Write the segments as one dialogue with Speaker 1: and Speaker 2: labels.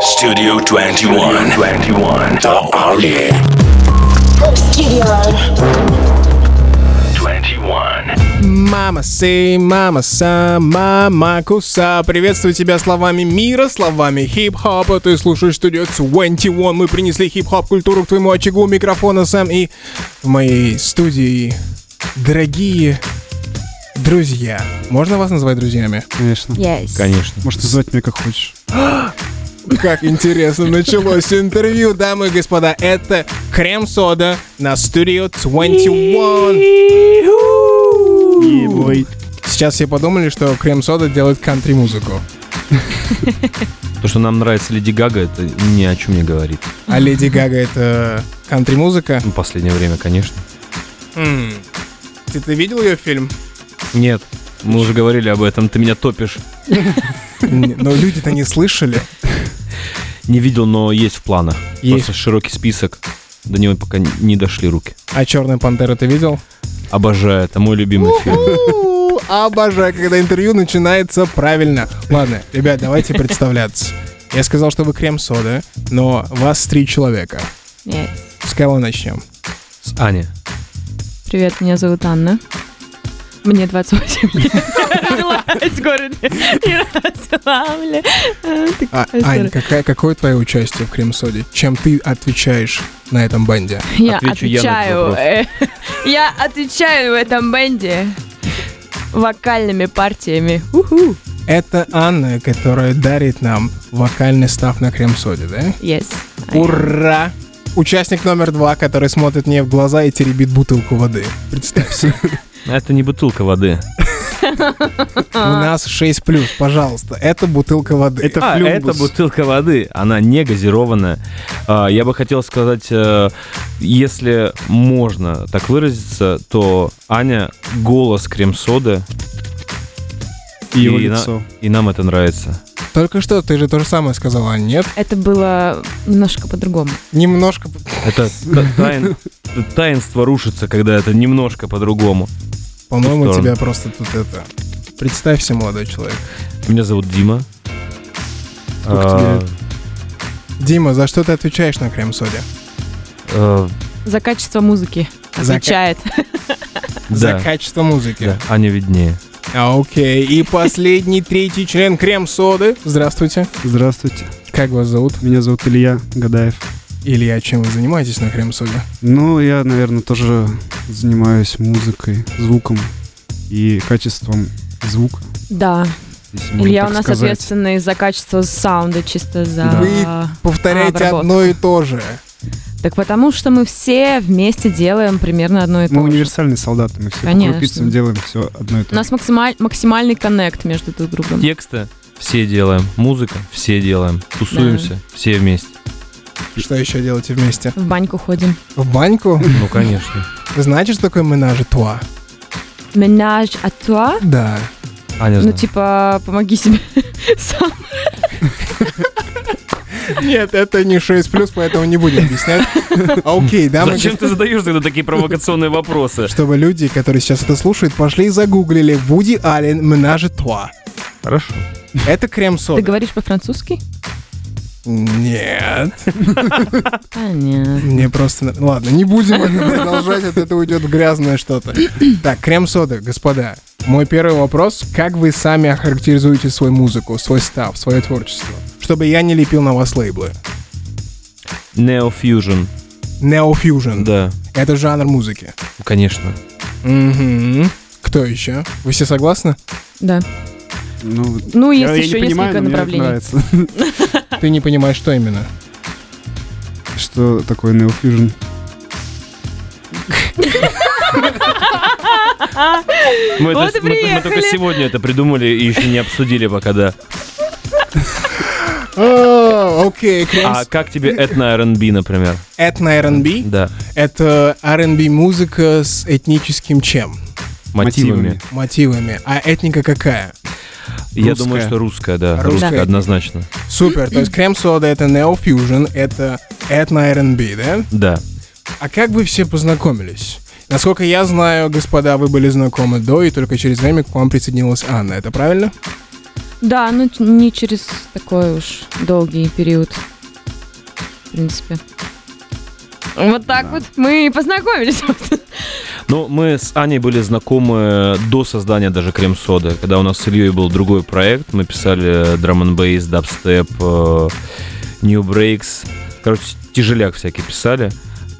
Speaker 1: Studio 21. 21. The Army.
Speaker 2: Studio.
Speaker 1: 21.
Speaker 3: Мама сей, мама са, мама куса. Приветствую тебя словами мира, словами хип-хопа. Ты слушаешь студию 21. Мы принесли хип-хоп культуру к твоему очагу у микрофона сам и в моей студии. Дорогие друзья. Можно вас называть друзьями?
Speaker 4: Конечно.
Speaker 2: Yes.
Speaker 5: Конечно.
Speaker 4: Может, называть меня как хочешь.
Speaker 3: Как интересно началось интервью, дамы и господа. Это крем-сода на студию 21. Сейчас все подумали, что крем-сода делает кантри-музыку.
Speaker 5: То, что нам нравится Леди Гага, это ни о чем не говорит.
Speaker 3: А Леди Гага это кантри-музыка.
Speaker 5: Ну, последнее время, конечно.
Speaker 3: М. Ты, ты видел ее фильм?
Speaker 5: Нет, мы уже говорили об этом, ты меня топишь.
Speaker 3: Но люди-то не слышали.
Speaker 5: Не видел, но есть в планах.
Speaker 3: Есть.
Speaker 5: Просто широкий список. До него пока не дошли руки.
Speaker 3: А Черная пантера ты видел?
Speaker 5: Обожаю, это мой любимый фильм.
Speaker 3: У, Обожаю, когда интервью начинается правильно. Ладно, ребят, давайте представляться. Я сказал, что вы крем-сода, но вас три человека.
Speaker 6: Yes.
Speaker 3: С кого начнем?
Speaker 5: С Аня.
Speaker 6: Привет, меня зовут Анна. Мне 28 лет. Родилась в городе Ярославле. А, ты
Speaker 3: А, Ань,
Speaker 6: какая старая.
Speaker 3: какая, какое твое участие в крем-соде? Чем ты отвечаешь на этом банде?
Speaker 6: Я
Speaker 5: Отвечу я на
Speaker 6: отвечаю.
Speaker 5: этот
Speaker 6: э, Я отвечаю в этом бенде вокальными партиями. Уху.
Speaker 3: Это Анна, которая дарит нам вокальный став на крем-соде, да?
Speaker 6: Yes. I am.
Speaker 3: Ура! Участник номер два, который смотрит мне в глаза и теребит бутылку воды. Представься.
Speaker 5: Это не бутылка воды.
Speaker 3: У нас 6 плюс, пожалуйста. Это бутылка воды.
Speaker 5: а, это бутылка воды. Она не газированная. А, я бы хотел сказать, э, если можно так выразиться, то Аня голос крем-соды.
Speaker 4: И его
Speaker 5: на-
Speaker 4: лицо.
Speaker 5: и нам это нравится.
Speaker 3: Только что ты же то же самое сказала, Ань, нет?
Speaker 6: Это было немножко по-другому.
Speaker 3: Немножко.
Speaker 5: Это та- таин- таинство рушится, когда это немножко по-другому.
Speaker 3: По-моему,
Speaker 5: Что?
Speaker 3: тебя просто тут это. Представься, молодой человек.
Speaker 5: Меня зовут Дима.
Speaker 4: Сколько тебе
Speaker 5: А,
Speaker 4: лет?
Speaker 3: Дима, за что ты отвечаешь на крем-соде?
Speaker 5: э,
Speaker 6: За качество музыки
Speaker 3: За
Speaker 6: отвечает.
Speaker 3: За
Speaker 5: Да,
Speaker 3: качество музыки.
Speaker 5: да, Аня виднее.
Speaker 3: А, Окей. И последний, третий член крем-соды. Здравствуйте.
Speaker 4: Здравствуйте.
Speaker 3: Как вас зовут?
Speaker 4: Меня зовут Илья Гадаев.
Speaker 3: Илья, чем вы занимаетесь на крем-соде?
Speaker 4: Ну, я, наверное, тоже занимаюсь музыкой, звуком и качеством звука.
Speaker 6: Да.
Speaker 4: если можно
Speaker 6: Илья у
Speaker 4: так
Speaker 6: нас
Speaker 4: сказать.
Speaker 6: ответственный за качество саунда, чисто за...
Speaker 3: Вы Повторяйте
Speaker 6: обработка.
Speaker 3: одно и то же.
Speaker 6: Так потому что мы все вместе делаем примерно одно и то
Speaker 4: Мы
Speaker 6: же.
Speaker 4: универсальные солдаты, мы все
Speaker 6: Конечно.
Speaker 4: по крупицам делаем все одно и то
Speaker 6: У
Speaker 4: же.
Speaker 6: нас максималь- максимальный коннект между друг другом.
Speaker 5: Тексты все делаем, музыка все делаем, тусуемся все вместе.
Speaker 3: Что еще делаете вместе?
Speaker 6: В баньку ходим.
Speaker 3: В баньку?
Speaker 5: Ну, конечно.
Speaker 3: Знаешь, что такое менаж а туа?
Speaker 6: Менаж а туа?
Speaker 3: Да.
Speaker 5: Аня
Speaker 6: Ну,
Speaker 5: знает.
Speaker 6: типа, помоги себе сам.
Speaker 3: Нет, это не 6 плюс, поэтому не будем объяснять. Окей, да, мы
Speaker 5: Зачем ты задаешь тогда такие провокационные вопросы?
Speaker 3: чтобы люди, которые сейчас это слушают, пошли и загуглили Вуди Аллен Менажи Туа.
Speaker 5: Хорошо.
Speaker 3: Это
Speaker 6: Ты
Speaker 3: крем-сода.
Speaker 6: говоришь по-французски?
Speaker 3: Нет,
Speaker 6: Понятно.
Speaker 3: мне просто... на- Ладно, не будем это продолжать, от этого уйдет в грязное что-то. Так, крем-сода, господа. Мой первый вопрос. Как вы сами охарактеризуете свою музыку, свой став, свое творчество? Чтобы я не лепил на вас лейблы.
Speaker 5: Neo Fusion.
Speaker 3: Неофьюжн.
Speaker 5: Да,
Speaker 3: Это жанр музыки.
Speaker 5: конечно.
Speaker 3: Угу. Кто еще? Вы все согласны?
Speaker 6: Да.
Speaker 4: Ну,
Speaker 6: Ну,
Speaker 4: я,
Speaker 6: есть
Speaker 4: я
Speaker 6: еще
Speaker 4: не понимаю,
Speaker 6: несколько
Speaker 4: но мне это
Speaker 6: направлений.
Speaker 4: нравится.
Speaker 3: Ты не понимаешь, что именно.
Speaker 4: Что такое Neofusion?
Speaker 5: Мы,
Speaker 6: Вот
Speaker 5: это,
Speaker 6: и
Speaker 5: мы- мы только
Speaker 6: приехали.
Speaker 5: сегодня это придумали и еще не обсудили пока, да.
Speaker 3: О, Окей,
Speaker 5: А
Speaker 3: Крис.
Speaker 5: как тебе этно R&B, например?
Speaker 3: Этно R&B.
Speaker 5: Да,
Speaker 3: Это R&B музыка с этническим чем?
Speaker 5: мотивами.
Speaker 4: Мотивами.
Speaker 3: Мотивами. А этника какая?
Speaker 5: Я
Speaker 4: Русская.
Speaker 5: думаю, что русская, да.
Speaker 3: Русская.
Speaker 5: Русская, однозначно.
Speaker 3: Супер. То есть крем-сода это неофьюжн, это этно R&B, да?
Speaker 5: Да.
Speaker 3: А как вы все познакомились? Насколько я знаю, господа, вы были знакомы до, и только через время к вам присоединилась Анна. Это правильно?
Speaker 6: Да, ну ч- не через такой уж долгий период. В принципе. Вот так вот мы и познакомились.
Speaker 5: Ну, мы с Аней были знакомы до создания даже крем-соды, когда у нас с Ильей был другой проект. Мы писали драм н бейс, дабстеп, э, new breaks. Короче, тяжеляк всякий писали.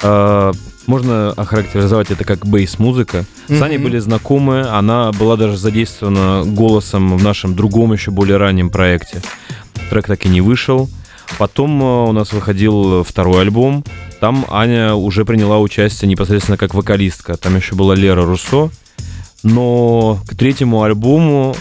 Speaker 5: Э, Можно охарактеризовать это как бейс-музыка. С Аней
Speaker 3: Мгм.
Speaker 5: были знакомы, она была даже задействована голосом в нашем другом, еще более раннем проекте. Трек так и не вышел. Потом э, у нас выходил второй альбом, там Аня уже приняла участие непосредственно как вокалистка. Там еще была Лера Руссо. Но к третьему альбому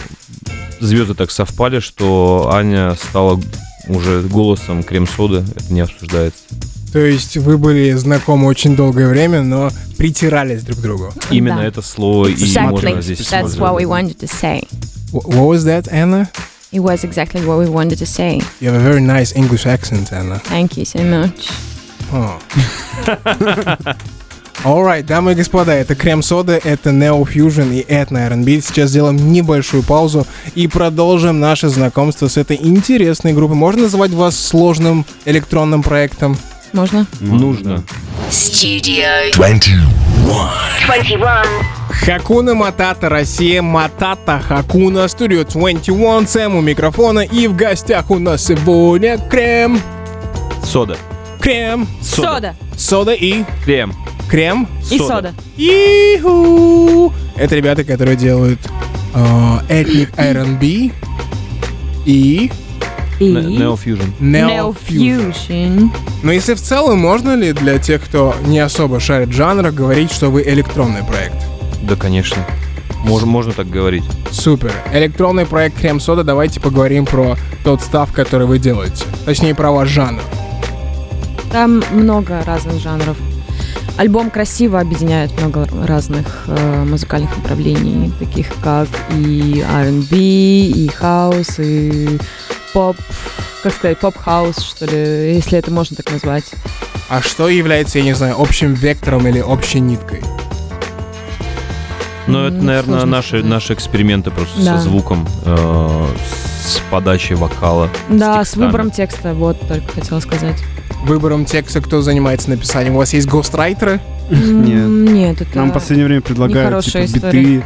Speaker 5: звезды так совпали, что Аня стала уже голосом крем-соды. Это не обсуждается.
Speaker 3: То есть вы были знакомы очень долгое время, но притирались друг к другу.
Speaker 5: Именно
Speaker 6: Да.
Speaker 5: это слово и можно здесь
Speaker 6: That's what
Speaker 5: использовать.
Speaker 6: we wanted to say.
Speaker 3: Wh- What was that, Anna?
Speaker 6: It was exactly what we wanted to say.
Speaker 3: You have a very nice English accent, Anna.
Speaker 6: Thank you so much.
Speaker 3: Oh. Alright, дамы и господа, это крем-сода, это Neo Fusion и Этно R&B. Сейчас сделаем небольшую паузу и продолжим наше знакомство с этой интересной группой. Можно называть вас сложным электронным проектом?
Speaker 6: Можно?
Speaker 5: Нужно.
Speaker 2: Studio
Speaker 1: 21.
Speaker 2: 21.
Speaker 3: Хакуна Матата, Россия, Матата Хакуна, Studio 21, Сэм у микрофона и в гостях у нас сегодня крем,
Speaker 5: Сода.
Speaker 3: крем,
Speaker 6: Сода.
Speaker 3: сода и
Speaker 5: Крем.
Speaker 3: крем.
Speaker 6: И сода.
Speaker 3: Иху! Это ребята, которые делают э, Ethnic R&B и
Speaker 6: И
Speaker 5: Neo Fusion.
Speaker 3: Neo Fusion.
Speaker 6: Fusion.
Speaker 3: Но если в целом, можно ли для тех, кто не особо шарит жанра, говорить, что вы электронный проект?
Speaker 5: Да, конечно. Мож- можно так говорить.
Speaker 3: Супер. Электронный проект Крем Сода. Давайте поговорим про тот став, который вы делаете. Точнее, про ваш жанр.
Speaker 6: Там много разных жанров. Альбом красиво объединяет много р- разных э, музыкальных направлений, таких как и R&B, и хаус, и поп, как сказать, поп-хаус, что ли, если это можно так назвать.
Speaker 3: А что является, я не знаю, общим вектором или общей ниткой?
Speaker 5: Но это,
Speaker 6: Ну,
Speaker 5: наверное,
Speaker 6: сложно
Speaker 5: наши,
Speaker 6: сказать.
Speaker 5: наши эксперименты просто
Speaker 6: Да.
Speaker 5: со звуком, э, с подачей вокала.
Speaker 6: Да, с
Speaker 5: текстами.
Speaker 6: выбором текста, вот только хотела сказать.
Speaker 3: Выбором текста, кто занимается написанием. У вас есть гострайтеры?
Speaker 4: Нет.
Speaker 6: М, Нет, это...
Speaker 4: Нам в последнее время предлагают типа,
Speaker 6: Нехорошая
Speaker 4: биты.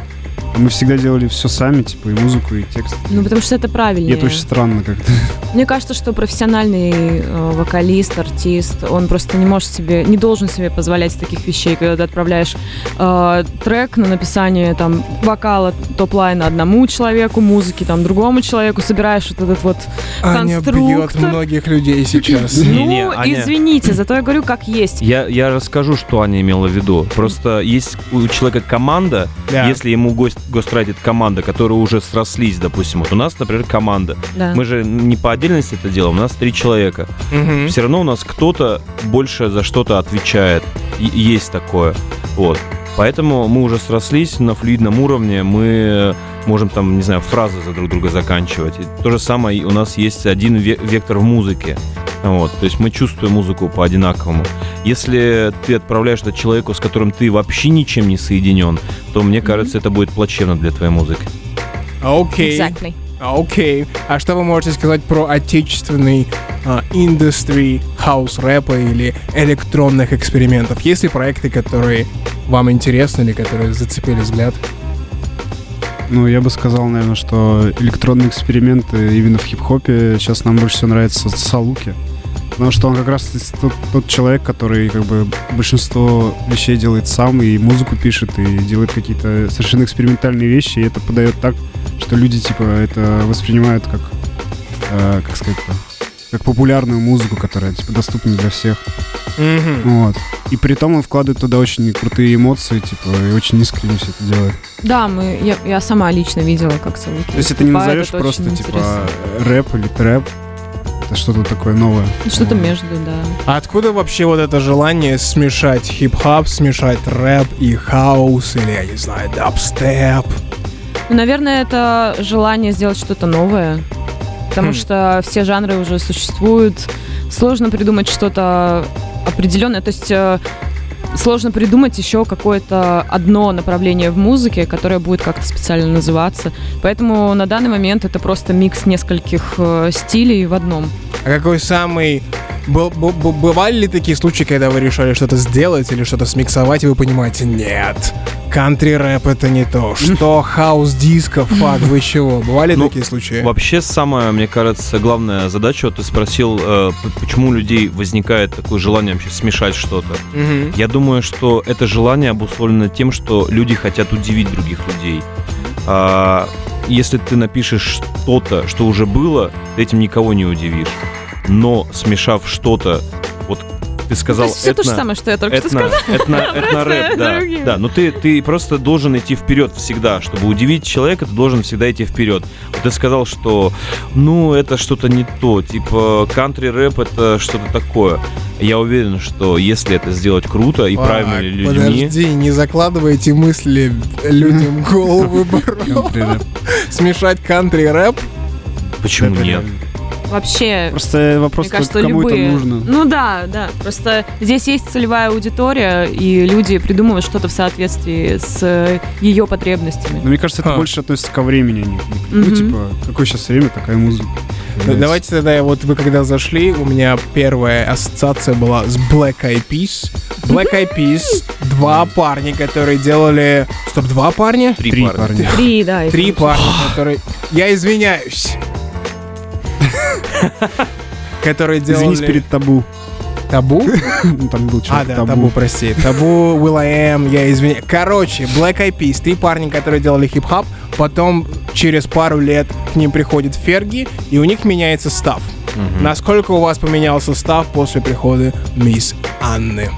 Speaker 4: А мы всегда делали все сами, типа, и музыку, и текст.
Speaker 6: Ну, потому что это
Speaker 4: И
Speaker 6: правильнее.
Speaker 4: это очень странно как-то.
Speaker 6: Мне кажется, что профессиональный э, вокалист, артист, он просто не может себе, не должен себе позволять таких вещей, когда ты отправляешь э, трек на написание там вокала топ-лайна одному человеку, музыки там другому человеку, собираешь вот этот вот.
Speaker 3: Аня бьет
Speaker 6: Конструктор.
Speaker 3: многих людей сейчас.
Speaker 5: Не, не,
Speaker 6: ну,
Speaker 5: Аня.
Speaker 6: извините, зато я говорю, как есть.
Speaker 5: Я, я расскажу, что Аня имела в виду. Просто есть у человека команда, если ему гость, гострайтит команда, которые уже срослись, допустим. Вот у нас, например, команда.
Speaker 6: Да.
Speaker 5: Мы же не по отдельности это делаем, у нас три человека.
Speaker 3: Мгм.
Speaker 5: Все равно у нас кто-то больше за что-то отвечает. И- и есть такое. Вот. Поэтому мы уже срослись на флюидном уровне, мы можем там, не знаю, фразы за друг друга заканчивать. И то же самое и у нас есть один ве- вектор в музыке. Вот, то есть мы чувствуем музыку по одинаковому. Если ты отправляешь это человеку, с которым ты вообще ничем не соединен, то мне кажется, это будет плачевно для твоей музыки.
Speaker 3: А, Окей.
Speaker 6: Exactly.
Speaker 3: Окей. А что вы можете сказать про отечественный индустрии хаус рэпа или электронных экспериментов? Есть ли проекты, которые вам интересны или которые зацепили взгляд?
Speaker 4: Ну, я бы сказал, наверное, что электронные эксперименты именно в хип-хопе сейчас нам больше всего нравится Салуки. Потому что он как раз из тот, тот человек, который как бы большинство вещей делает сам, и музыку пишет, и делает какие-то совершенно экспериментальные вещи, и это подает так, что люди типа это воспринимают как, э, как сказать-то, как популярную музыку, которая типа доступна для всех. Вот. И при том он вкладывает туда очень крутые эмоции, типа, и очень искренне все это делает.
Speaker 6: Да, мы, я, я сама лично видела, как салуки.
Speaker 4: То есть это не
Speaker 6: выступают,
Speaker 4: назовешь
Speaker 6: это
Speaker 4: просто
Speaker 6: очень
Speaker 4: типа
Speaker 6: интересно.
Speaker 4: рэп или трэп. Это что-то такое новое.
Speaker 6: Что-то
Speaker 4: Вот.
Speaker 6: между, да.
Speaker 3: А откуда вообще вот это желание смешать хип-хап, смешать рэп и хаус, или, я не знаю, дабстеп?
Speaker 6: Ну, Наверное, это желание сделать что-то новое, потому
Speaker 3: Хм.
Speaker 6: что все жанры уже существуют. Сложно придумать что-то определенное. То есть э, сложно придумать еще какое-то одно направление в музыке, которое будет как-то специально называться. Поэтому на данный момент это просто микс нескольких э, стилей в одном.
Speaker 3: А какой самый... бу- бу- бу- Бывали ли такие случаи, когда вы решали что-то сделать или что-то смиксовать, и вы понимаете, нет, кантри-рэп это не то, что хаус-диско, фак, вы чего? Бывали
Speaker 5: Ну,
Speaker 3: такие случаи?
Speaker 5: Вообще, самая, мне кажется, главная задача, вот ты спросил, э, п- почему у людей возникает такое желание вообще смешать что-то.
Speaker 3: Мгм.
Speaker 5: Я думаю, что это желание обусловлено тем, что люди хотят удивить других людей. А, если ты напишешь что-то, что уже было, ты этим никого не удивишь. Но смешав что то вот ты
Speaker 6: Ну, То
Speaker 5: сказал
Speaker 6: есть все то же
Speaker 5: «этно»,
Speaker 6: самое, что я только что
Speaker 5: Этно,
Speaker 6: сказала.
Speaker 5: этно, этно-рэп, да.
Speaker 6: другие.
Speaker 5: Да, но ты, ты просто должен идти вперед всегда. Чтобы удивить человека, ты должен всегда идти вперед. Вот ты сказал, что ну это что-то не то. Типа кантри-рэп это что-то такое. Я уверен, что если это сделать круто и
Speaker 3: Фак,
Speaker 5: правильно людьми...
Speaker 3: Подожди, не закладывайте мысли людям в голову, бро.
Speaker 4: Кантри-рэп.
Speaker 3: Смешать кантри-рэп?
Speaker 5: Почему
Speaker 4: Это
Speaker 5: нет?
Speaker 4: реально.
Speaker 6: Вообще,
Speaker 4: Просто вопрос,
Speaker 6: мне кажется,
Speaker 4: только кому
Speaker 6: любые...
Speaker 4: это нужно.
Speaker 6: Ну да, да. Просто здесь есть целевая аудитория, и люди придумывают что-то в соответствии с э, ее потребностями.
Speaker 4: Но мне кажется, это
Speaker 3: Ха.
Speaker 4: больше относится ко времени. а не- Ну,
Speaker 6: Мгм.
Speaker 4: типа, какое сейчас время, такая музыка.
Speaker 3: Да, Давайте тогда, я вот вы когда зашли, у меня первая ассоциация была с Black Eyed Peas. Black Eyed Peas, два парня, которые делали... Стоп, два парня?
Speaker 5: Три,
Speaker 4: Три
Speaker 5: парня.
Speaker 4: парня.
Speaker 6: Три, да. их
Speaker 3: Три парня, которые... Я извиняюсь. Которые делали...
Speaker 4: Извинись перед табу.
Speaker 3: Табу?
Speaker 4: Ну, Там был
Speaker 3: А,
Speaker 4: человек
Speaker 3: да, табу, прости. Табу, Will I Am, я извиняюсь. Короче, Black Eyed Peas, три парня, которые делали хип-хап, потом через пару лет к ним приходит Ферги, и у них меняется став. Насколько у вас поменялся став после прихода мисс Анны?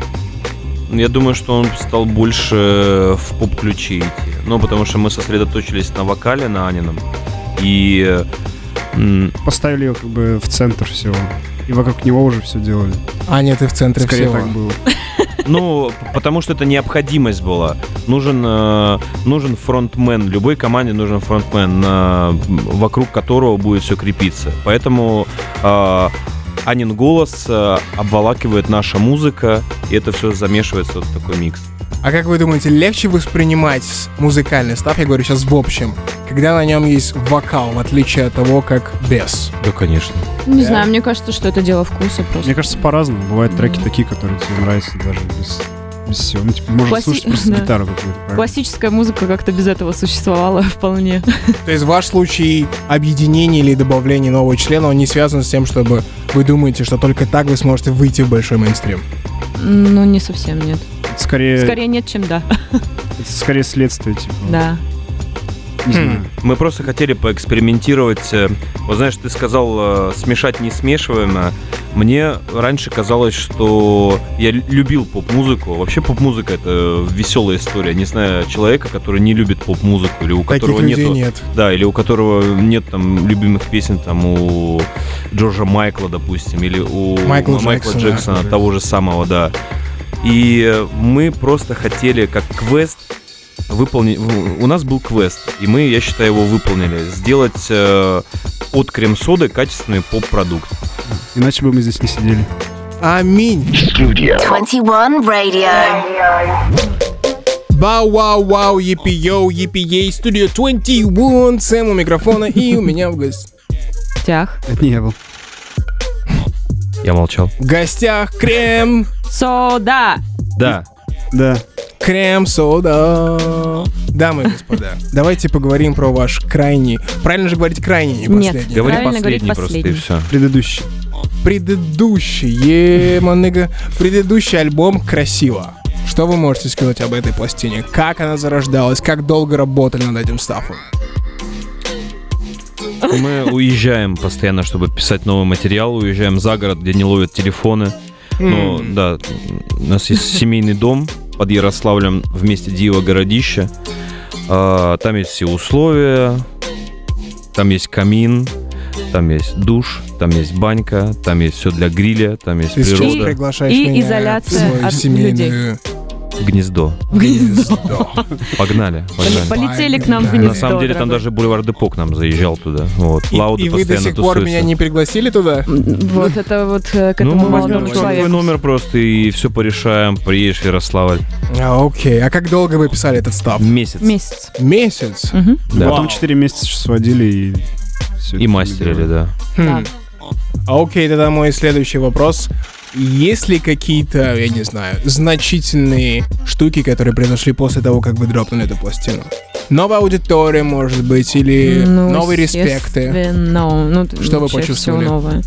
Speaker 5: Я думаю, что он стал больше э, в поп-ключе идти. Ну, потому что мы сосредоточились на вокале, на Анином. И... м,
Speaker 4: Поставили ее как бы в центр всего. И вокруг него уже все делали.
Speaker 3: Аня, ты в центре
Speaker 4: Скорее
Speaker 3: всего.
Speaker 4: так было.
Speaker 5: Ну, п- потому что это необходимость была. Нужен, э, нужен фронтмен. Любой команде нужен фронтмен, э, вокруг которого будет все крепиться. Поэтому э, Анин голос э, обволакивает наша музыка, и это все замешивается вот в такой микс.
Speaker 3: А как вы думаете, легче воспринимать с- музыкальный став, я говорю сейчас в общем, когда на нем есть вокал, в отличие от того, как без?
Speaker 5: Да, конечно.
Speaker 6: Не
Speaker 3: Да.
Speaker 6: знаю, мне кажется, что это дело вкуса
Speaker 4: Мне
Speaker 6: просто.
Speaker 4: кажется, по-разному. Бывают треки такие, которые тебе нравятся даже без, без всего. Ну, типа, можно
Speaker 6: Класси-
Speaker 4: слушать просто
Speaker 6: да.
Speaker 4: гитару какую-то.
Speaker 6: Классическая музыка как-то без этого существовала вполне.
Speaker 3: То есть ваш случай объединения или добавления нового члена, он не связан с тем, чтобы вы думаете, что только так вы сможете выйти в большой мейнстрим.
Speaker 6: Ну, не совсем нет.
Speaker 4: Это Скорее,
Speaker 6: Скорее нет, чем да.
Speaker 4: это скорее следствие, типа.
Speaker 6: Да.
Speaker 3: Хм.
Speaker 4: Не знаю.
Speaker 5: Мы просто хотели поэкспериментировать. э, Вот знаешь, ты сказал э, смешать несмешиваемо. Мне раньше казалось, что я лю- любил поп-музыку. Вообще поп-музыка это веселая история. Не знаю человека, который не любит поп-музыку или у
Speaker 3: Таких
Speaker 5: которого
Speaker 3: людей
Speaker 5: нету-
Speaker 3: нет.
Speaker 5: да, или у которого нет там любимых песен там у Джорджа Майкла, допустим, или у
Speaker 3: Майкла
Speaker 5: Джексона,
Speaker 3: Джексона.
Speaker 5: того же самого, да. И э, мы просто хотели как квест выполнить. У нас был квест, и мы, я считаю, его выполнили. Сделать э, от крем-соды качественный поп-продукт.
Speaker 4: Иначе бы мы здесь не сидели.
Speaker 3: Аминь.
Speaker 1: Studio.
Speaker 2: 21 Radio.
Speaker 3: Бау-вау-вау, епи-йоу, епи-ей, студия 21, Сэм у микрофона и у меня в гос-
Speaker 6: В тях.
Speaker 4: Это не я был.
Speaker 5: Я молчал.
Speaker 3: в гостях крем,
Speaker 6: Сода!
Speaker 5: Да.
Speaker 4: Да.
Speaker 3: крем-сода. Дамы и господа, давайте поговорим про ваш крайний, правильно же говорить крайний, не
Speaker 6: Нет.
Speaker 3: последний.
Speaker 5: Говори
Speaker 6: Правильно
Speaker 5: последний,
Speaker 6: говорить
Speaker 5: просто и
Speaker 6: последний.
Speaker 5: все.
Speaker 4: Предыдущий.
Speaker 3: Предыдущий, е маныга, предыдущий альбом «Красиво». Что вы можете сказать об этой пластине? Как она зарождалась? Как долго работали над этим стафом?
Speaker 5: Мы уезжаем постоянно, чтобы писать новый материал, уезжаем за город, где не ловят телефоны. Ну, да, у нас есть семейный дом под Ярославлем вместе Диево городище. А, Там есть все условия, там есть камин, там есть душ, там есть банька, там есть все для гриля, там есть
Speaker 3: Ты сейчас
Speaker 5: природа.
Speaker 3: приглашаешь
Speaker 6: и
Speaker 3: меня
Speaker 6: изоляция
Speaker 3: в свою
Speaker 6: от
Speaker 3: семейную
Speaker 5: В гнездо.
Speaker 6: в гнездо.
Speaker 5: Погнали,
Speaker 6: Поли-
Speaker 5: погнали.
Speaker 6: Полетели к нам в
Speaker 3: Погнали.
Speaker 6: гнездо.
Speaker 5: На самом деле там
Speaker 6: дорогой.
Speaker 5: даже Бульвар Депо к нам заезжал туда. Вот.
Speaker 3: И,
Speaker 5: Лауда
Speaker 3: и вы до
Speaker 5: постоянно
Speaker 3: сих пор
Speaker 5: тусуется.
Speaker 3: меня не пригласили туда?
Speaker 6: М, Вот это вот э, к
Speaker 5: Ну, мы
Speaker 6: этому
Speaker 5: Ну,
Speaker 6: молодому
Speaker 5: возьмем твой
Speaker 6: человеку.
Speaker 5: номер просто и все порешаем. Приедешь в Ярославль.
Speaker 3: А, окей. А как долго вы писали этот став?
Speaker 5: Месяц.
Speaker 6: Месяц.
Speaker 3: Месяц?
Speaker 6: Мгм.
Speaker 5: Да.
Speaker 4: Потом 4 месяца сейчас водили и... всё
Speaker 5: И
Speaker 4: это
Speaker 5: мастерили, да.
Speaker 6: Да.
Speaker 3: А, Хм. Окей, тогда мой следующий вопрос. Есть ли какие-то, я не знаю, значительные штуки, которые произошли после того, как вы дропнули эту пластину? Новая аудитория, может быть, или
Speaker 6: Ну,
Speaker 3: новые респекты?
Speaker 6: естественно, Ну, т-
Speaker 3: Что вы
Speaker 6: вообще всё
Speaker 3: почувствовали?
Speaker 6: новое.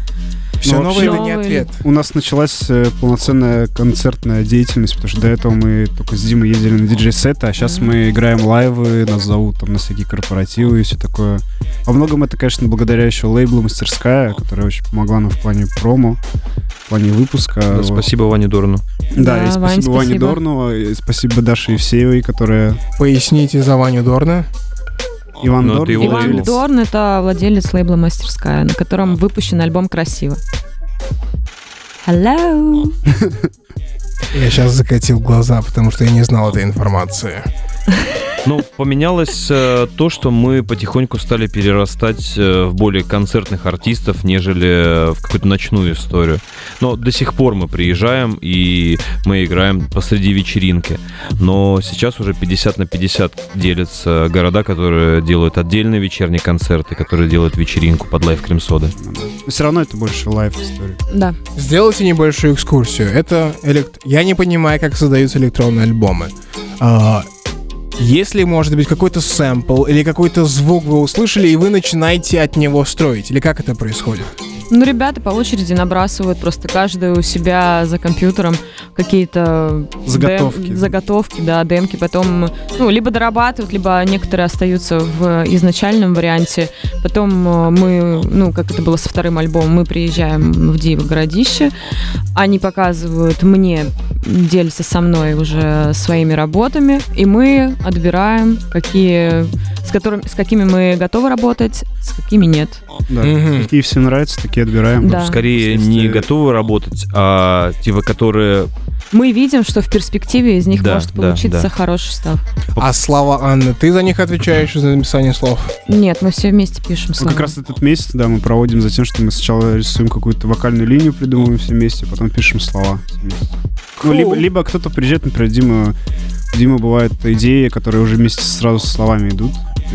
Speaker 3: Все
Speaker 4: Ну,
Speaker 3: новое это
Speaker 6: вообще-
Speaker 3: не ответ.
Speaker 4: У нас началась э, полноценная концертная деятельность, потому что до этого мы только с Димой ездили на диджей-сеты, а сейчас мы играем лайвы, нас зовут там на всякие корпоративы и все такое. Во многом это, конечно, благодаря еще лейблу «Мастерская», которая очень помогла нам в плане промо, в плане выпуска.
Speaker 5: Да,
Speaker 4: А, Вот.
Speaker 5: Спасибо Ване Дорну.
Speaker 6: Да,
Speaker 4: Да, и
Speaker 6: Вань,
Speaker 4: спасибо Ване
Speaker 6: спасибо.
Speaker 4: Дорну, и спасибо Даше Евсеевой, которая...
Speaker 3: Поясните за Ваню Дорна.
Speaker 4: Иван
Speaker 5: Но это
Speaker 4: Дорн.
Speaker 5: его
Speaker 4: владелец.
Speaker 6: Иван
Speaker 5: лейбл.
Speaker 6: Дорн — это владелец лейбла «Мастерская», на котором выпущен альбом «Красиво». Hello!
Speaker 3: Я сейчас закатил глаза, потому что я не знал этой информации.
Speaker 5: Ну, поменялось э, то, что мы потихоньку стали перерастать э, в более концертных артистов, нежели э, в какую-то ночную историю. Но до сих пор мы приезжаем и мы играем посреди вечеринки. Но сейчас уже 50 на 50 делятся города, которые делают отдельные вечерние концерты, которые делают вечеринку под лайф крем сода.
Speaker 4: Но все равно это больше лайв история.
Speaker 6: Да.
Speaker 3: Сделайте небольшую экскурсию. Это элект... Я не понимаю, как создаются электронные альбомы. А, если, может быть, какой-то сэмпл или какой-то звук вы услышали, и вы начинаете от него строить? Или как это происходит?
Speaker 6: Ну, ребята по очереди набрасывают просто каждый у себя за компьютером какие-то дем-
Speaker 4: Заготовки.
Speaker 6: заготовки, да, демки. Потом, ну, либо дорабатывают, либо некоторые остаются в изначальном варианте. Потом э, мы, ну, как это было со вторым альбомом, мы приезжаем в Диево городище. Они показывают мне, делятся со мной уже своими работами. И мы отбираем, какие, с, которыми, с какими мы готовы работать, с какими нет.
Speaker 4: Да.
Speaker 3: Мгм.
Speaker 4: Какие всем нравятся, такие отбираем. э,
Speaker 6: Да.
Speaker 5: Скорее
Speaker 4: Если-
Speaker 5: не готовы работать, а типа которые
Speaker 6: мы видим, что в перспективе из них
Speaker 5: Да,
Speaker 6: может
Speaker 5: да,
Speaker 6: получиться
Speaker 5: да.
Speaker 6: хороший став.
Speaker 3: А слова Анны, ты за них отвечаешь за написание слов?
Speaker 6: Нет, мы все вместе пишем
Speaker 4: Ну,
Speaker 6: слова.
Speaker 4: как раз этот месяц, да, мы проводим за тем, что мы сначала рисуем какую-то вокальную линию, придумываем все вместе, а потом пишем слова. все вместе. Ну, либо, либо кто-то приезжает, например, Дима, у Димы бывают идеи, которые уже вместе сразу со словами идут. То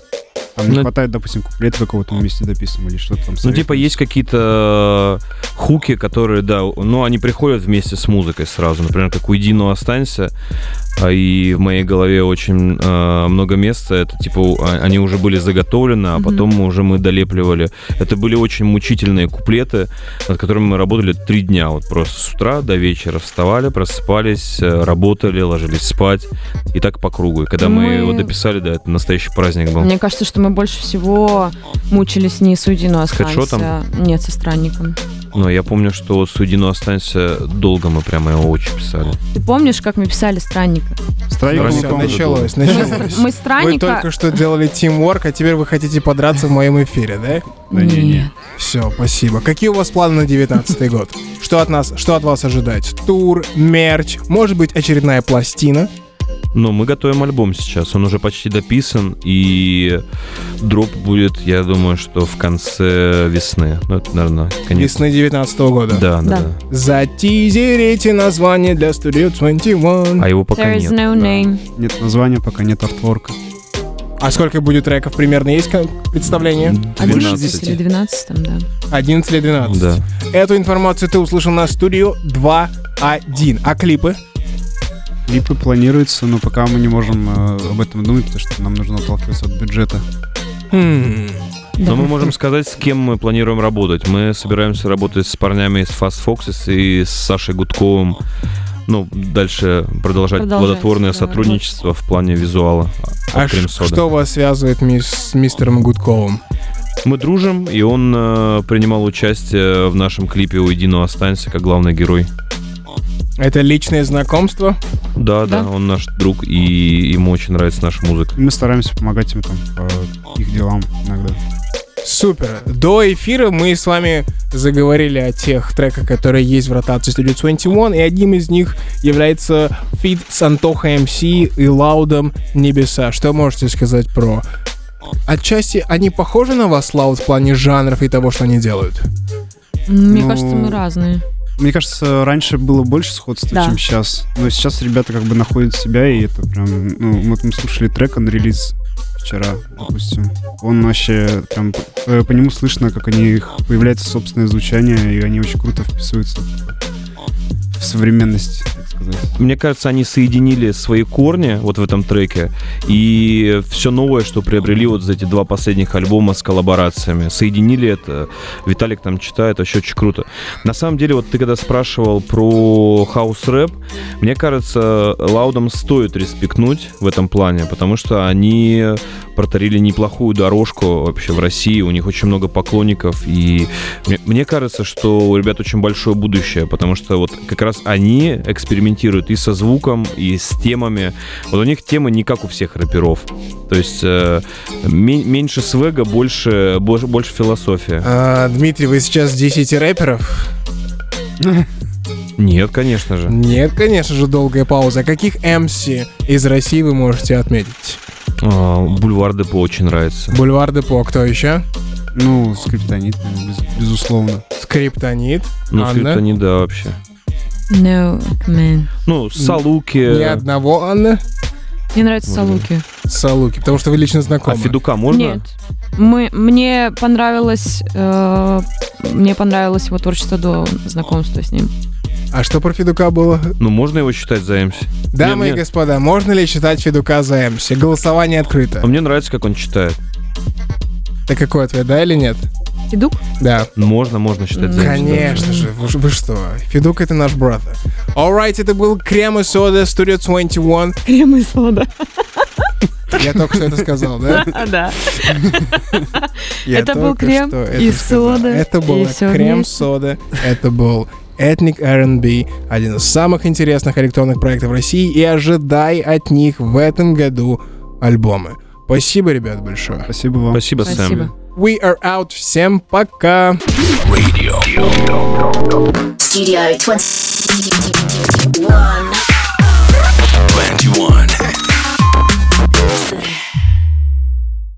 Speaker 4: там не
Speaker 5: Ну,
Speaker 4: хватает, допустим, куплета какого-то мы вместе дописываем или что-то
Speaker 5: Ну,
Speaker 4: там.
Speaker 5: типа,
Speaker 4: советуем.
Speaker 5: есть какие-то э, хуки, которые, да, ну, они приходят вместе с музыкой сразу. Например, как «Уйди, но останься». А, И в моей голове очень э, много места. Это, типа, у- а- они уже были заготовлены, а
Speaker 6: Мгм.
Speaker 5: потом уже мы долепливали. Это были очень мучительные куплеты, над которыми мы работали три дня. Вот просто с утра до вечера вставали, просыпались, э, работали, ложились спать. И так по кругу. И когда мы,
Speaker 6: Мы-
Speaker 5: его дописали, да, это настоящий праздник был.
Speaker 6: Мне кажется, что мы больше всего мучились не с «Уйди, но
Speaker 5: С хедшотом?
Speaker 6: останься». Нет, со странником.
Speaker 5: Но я помню, что вот «Судино останься» долго мы прямо его очень писали.
Speaker 6: Ты помнишь, как мы писали странника?
Speaker 4: Странник,
Speaker 5: Здрасте,
Speaker 3: Всё,
Speaker 4: он,
Speaker 5: Антон.
Speaker 4: по-моему,
Speaker 3: началось,
Speaker 6: Мы,
Speaker 3: началось.
Speaker 6: мы
Speaker 3: Вы
Speaker 6: странника.
Speaker 3: только что делали тимворк, а теперь вы хотите подраться в моем эфире, да?
Speaker 4: Да не, не.
Speaker 6: Нет.
Speaker 3: Все, спасибо. Какие у вас планы на 19 год? Что от нас, что от вас ожидать? Тур, мерч, может быть, очередная пластина?
Speaker 5: Но мы готовим альбом сейчас, он уже почти дописан, и дроп будет, я думаю, что в конце весны. Ну, это, наверное, конец.
Speaker 3: Весны 19 года.
Speaker 5: Да, да,
Speaker 6: Да.
Speaker 5: да.
Speaker 3: Затизерите название для Studio 21.
Speaker 5: А его пока
Speaker 6: There is
Speaker 5: нет.
Speaker 6: no
Speaker 5: да.
Speaker 6: name.
Speaker 4: нет названия, пока нет артворка.
Speaker 3: А сколько будет треков примерно? Есть ка- представление?
Speaker 6: А 11 или
Speaker 5: 12.
Speaker 6: 12 там, да.
Speaker 3: 11 или 12.
Speaker 5: Да.
Speaker 3: Эту информацию ты услышал на Studio 2.1. А клипы?
Speaker 4: Клипы планируются, но пока мы не можем э, об этом думать, потому что нам нужно отталкиваться от бюджета.
Speaker 3: Хм.
Speaker 5: Но
Speaker 6: Да.
Speaker 5: мы можем сказать, с кем мы планируем работать. Мы собираемся работать с парнями из Fast Foxes и с Сашей Гудковым. Ну, дальше продолжать
Speaker 6: Продолжать,
Speaker 5: плодотворное
Speaker 6: да,
Speaker 5: сотрудничество в плане визуала.
Speaker 3: А
Speaker 5: от
Speaker 3: ш-
Speaker 5: Cream Soda.
Speaker 3: что вас связывает ми- с мистером Гудковым?
Speaker 5: Мы дружим, и он э, принимал участие в нашем клипе «Уйди, но останься» как главный герой.
Speaker 3: Это личное знакомство?
Speaker 5: Да, да,
Speaker 6: Да.
Speaker 5: он наш друг, и ему очень нравится наша музыка.
Speaker 4: И мы стараемся помогать им там по их делам иногда.
Speaker 3: Супер. До эфира мы с вами заговорили о тех треках, которые есть в ротации Studio 21, и одним из них является фит с Антоха МС и Лаудом Небеса. Что можете сказать про... Отчасти они похожи на вас, Лауд, в плане жанров и того, что они делают?
Speaker 6: Мне
Speaker 4: Ну,
Speaker 6: кажется, мы разные.
Speaker 4: Мне кажется, раньше было больше сходства,
Speaker 6: Да.
Speaker 4: чем сейчас. Но сейчас ребята как бы находят себя, и это прям... Ну, вот мы слушали трек, он релиз вчера, допустим. Он вообще прям... э, По нему слышно, как у них появляется собственное звучание, и они очень круто вписываются в современность, так сказать.
Speaker 5: Мне кажется, они соединили свои корни вот в этом треке и все новое, что приобрели вот за эти два последних альбома с коллаборациями. Соединили это. Виталик там читает, вообще очень круто. На самом деле, вот ты когда спрашивал про хаус-рэп, мне кажется, Лаудам стоит респектнуть в этом плане, потому что они протарили неплохую дорожку вообще в России, у них очень много поклонников, и мне, мне кажется, что у ребят очень большое будущее, потому что вот как раз они экспериментируют и со звуком, и с темами. Вот у них темы не как у всех рэперов. То есть э, ме- меньше свега, больше, больше, больше философия.
Speaker 3: А, Дмитрий, вы сейчас 10 рэперов?
Speaker 5: Нет, конечно же.
Speaker 3: Нет, конечно же, долгая пауза. А каких MC из России вы можете отметить?
Speaker 5: А, Бульвар Депо очень нравится.
Speaker 3: Бульвар Депо, кто еще?
Speaker 4: Ну, скриптонит, без- безусловно.
Speaker 3: Скриптонит.
Speaker 5: Ну,
Speaker 3: Анна?
Speaker 5: не да вообще.
Speaker 6: No, man.
Speaker 5: Ну, Салуки. а
Speaker 3: Ни одного Анна
Speaker 6: Мне нравятся
Speaker 5: Блин.
Speaker 6: салуки.
Speaker 3: Салуки, потому что вы лично
Speaker 5: А
Speaker 3: знакомы.
Speaker 5: Федука можно?
Speaker 6: Нет. Мы, мне понравилось, э, мне понравилось его творчество до знакомства с ним.
Speaker 3: А что про Федука было?
Speaker 5: Ну, можно его считать за МС?
Speaker 3: Дамы и
Speaker 5: нет.
Speaker 3: господа, можно ли считать Федука за МС? Голосование
Speaker 5: А
Speaker 3: открыто.
Speaker 5: мне нравится, как он читает.
Speaker 3: Так какой ответ, да или нет?
Speaker 6: Федук?
Speaker 3: Да.
Speaker 5: Ну, Можно, можно считать за MC, да.
Speaker 3: Конечно же, вы, ж- вы что? Федук это наш брат. Alright, это был Крем и Сода Studio 21.
Speaker 6: Крем и сода.
Speaker 3: Я только что это сказал, да?
Speaker 6: А, Да.
Speaker 3: Я
Speaker 6: Это был
Speaker 3: только
Speaker 6: крем
Speaker 3: что
Speaker 6: и
Speaker 3: это сказал.
Speaker 6: сода,
Speaker 3: Это
Speaker 6: и
Speaker 3: был
Speaker 6: всё
Speaker 3: крем,
Speaker 6: вместе.
Speaker 3: сода, это был Ethnic R&B, один из самых интересных электронных проектов России, и ожидай от них в этом году альбомы. Спасибо, ребят, большое.
Speaker 4: Спасибо вам.
Speaker 5: Спасибо, Сэм.
Speaker 6: Спасибо.
Speaker 3: We are out. Всем пока.
Speaker 2: Studio 21.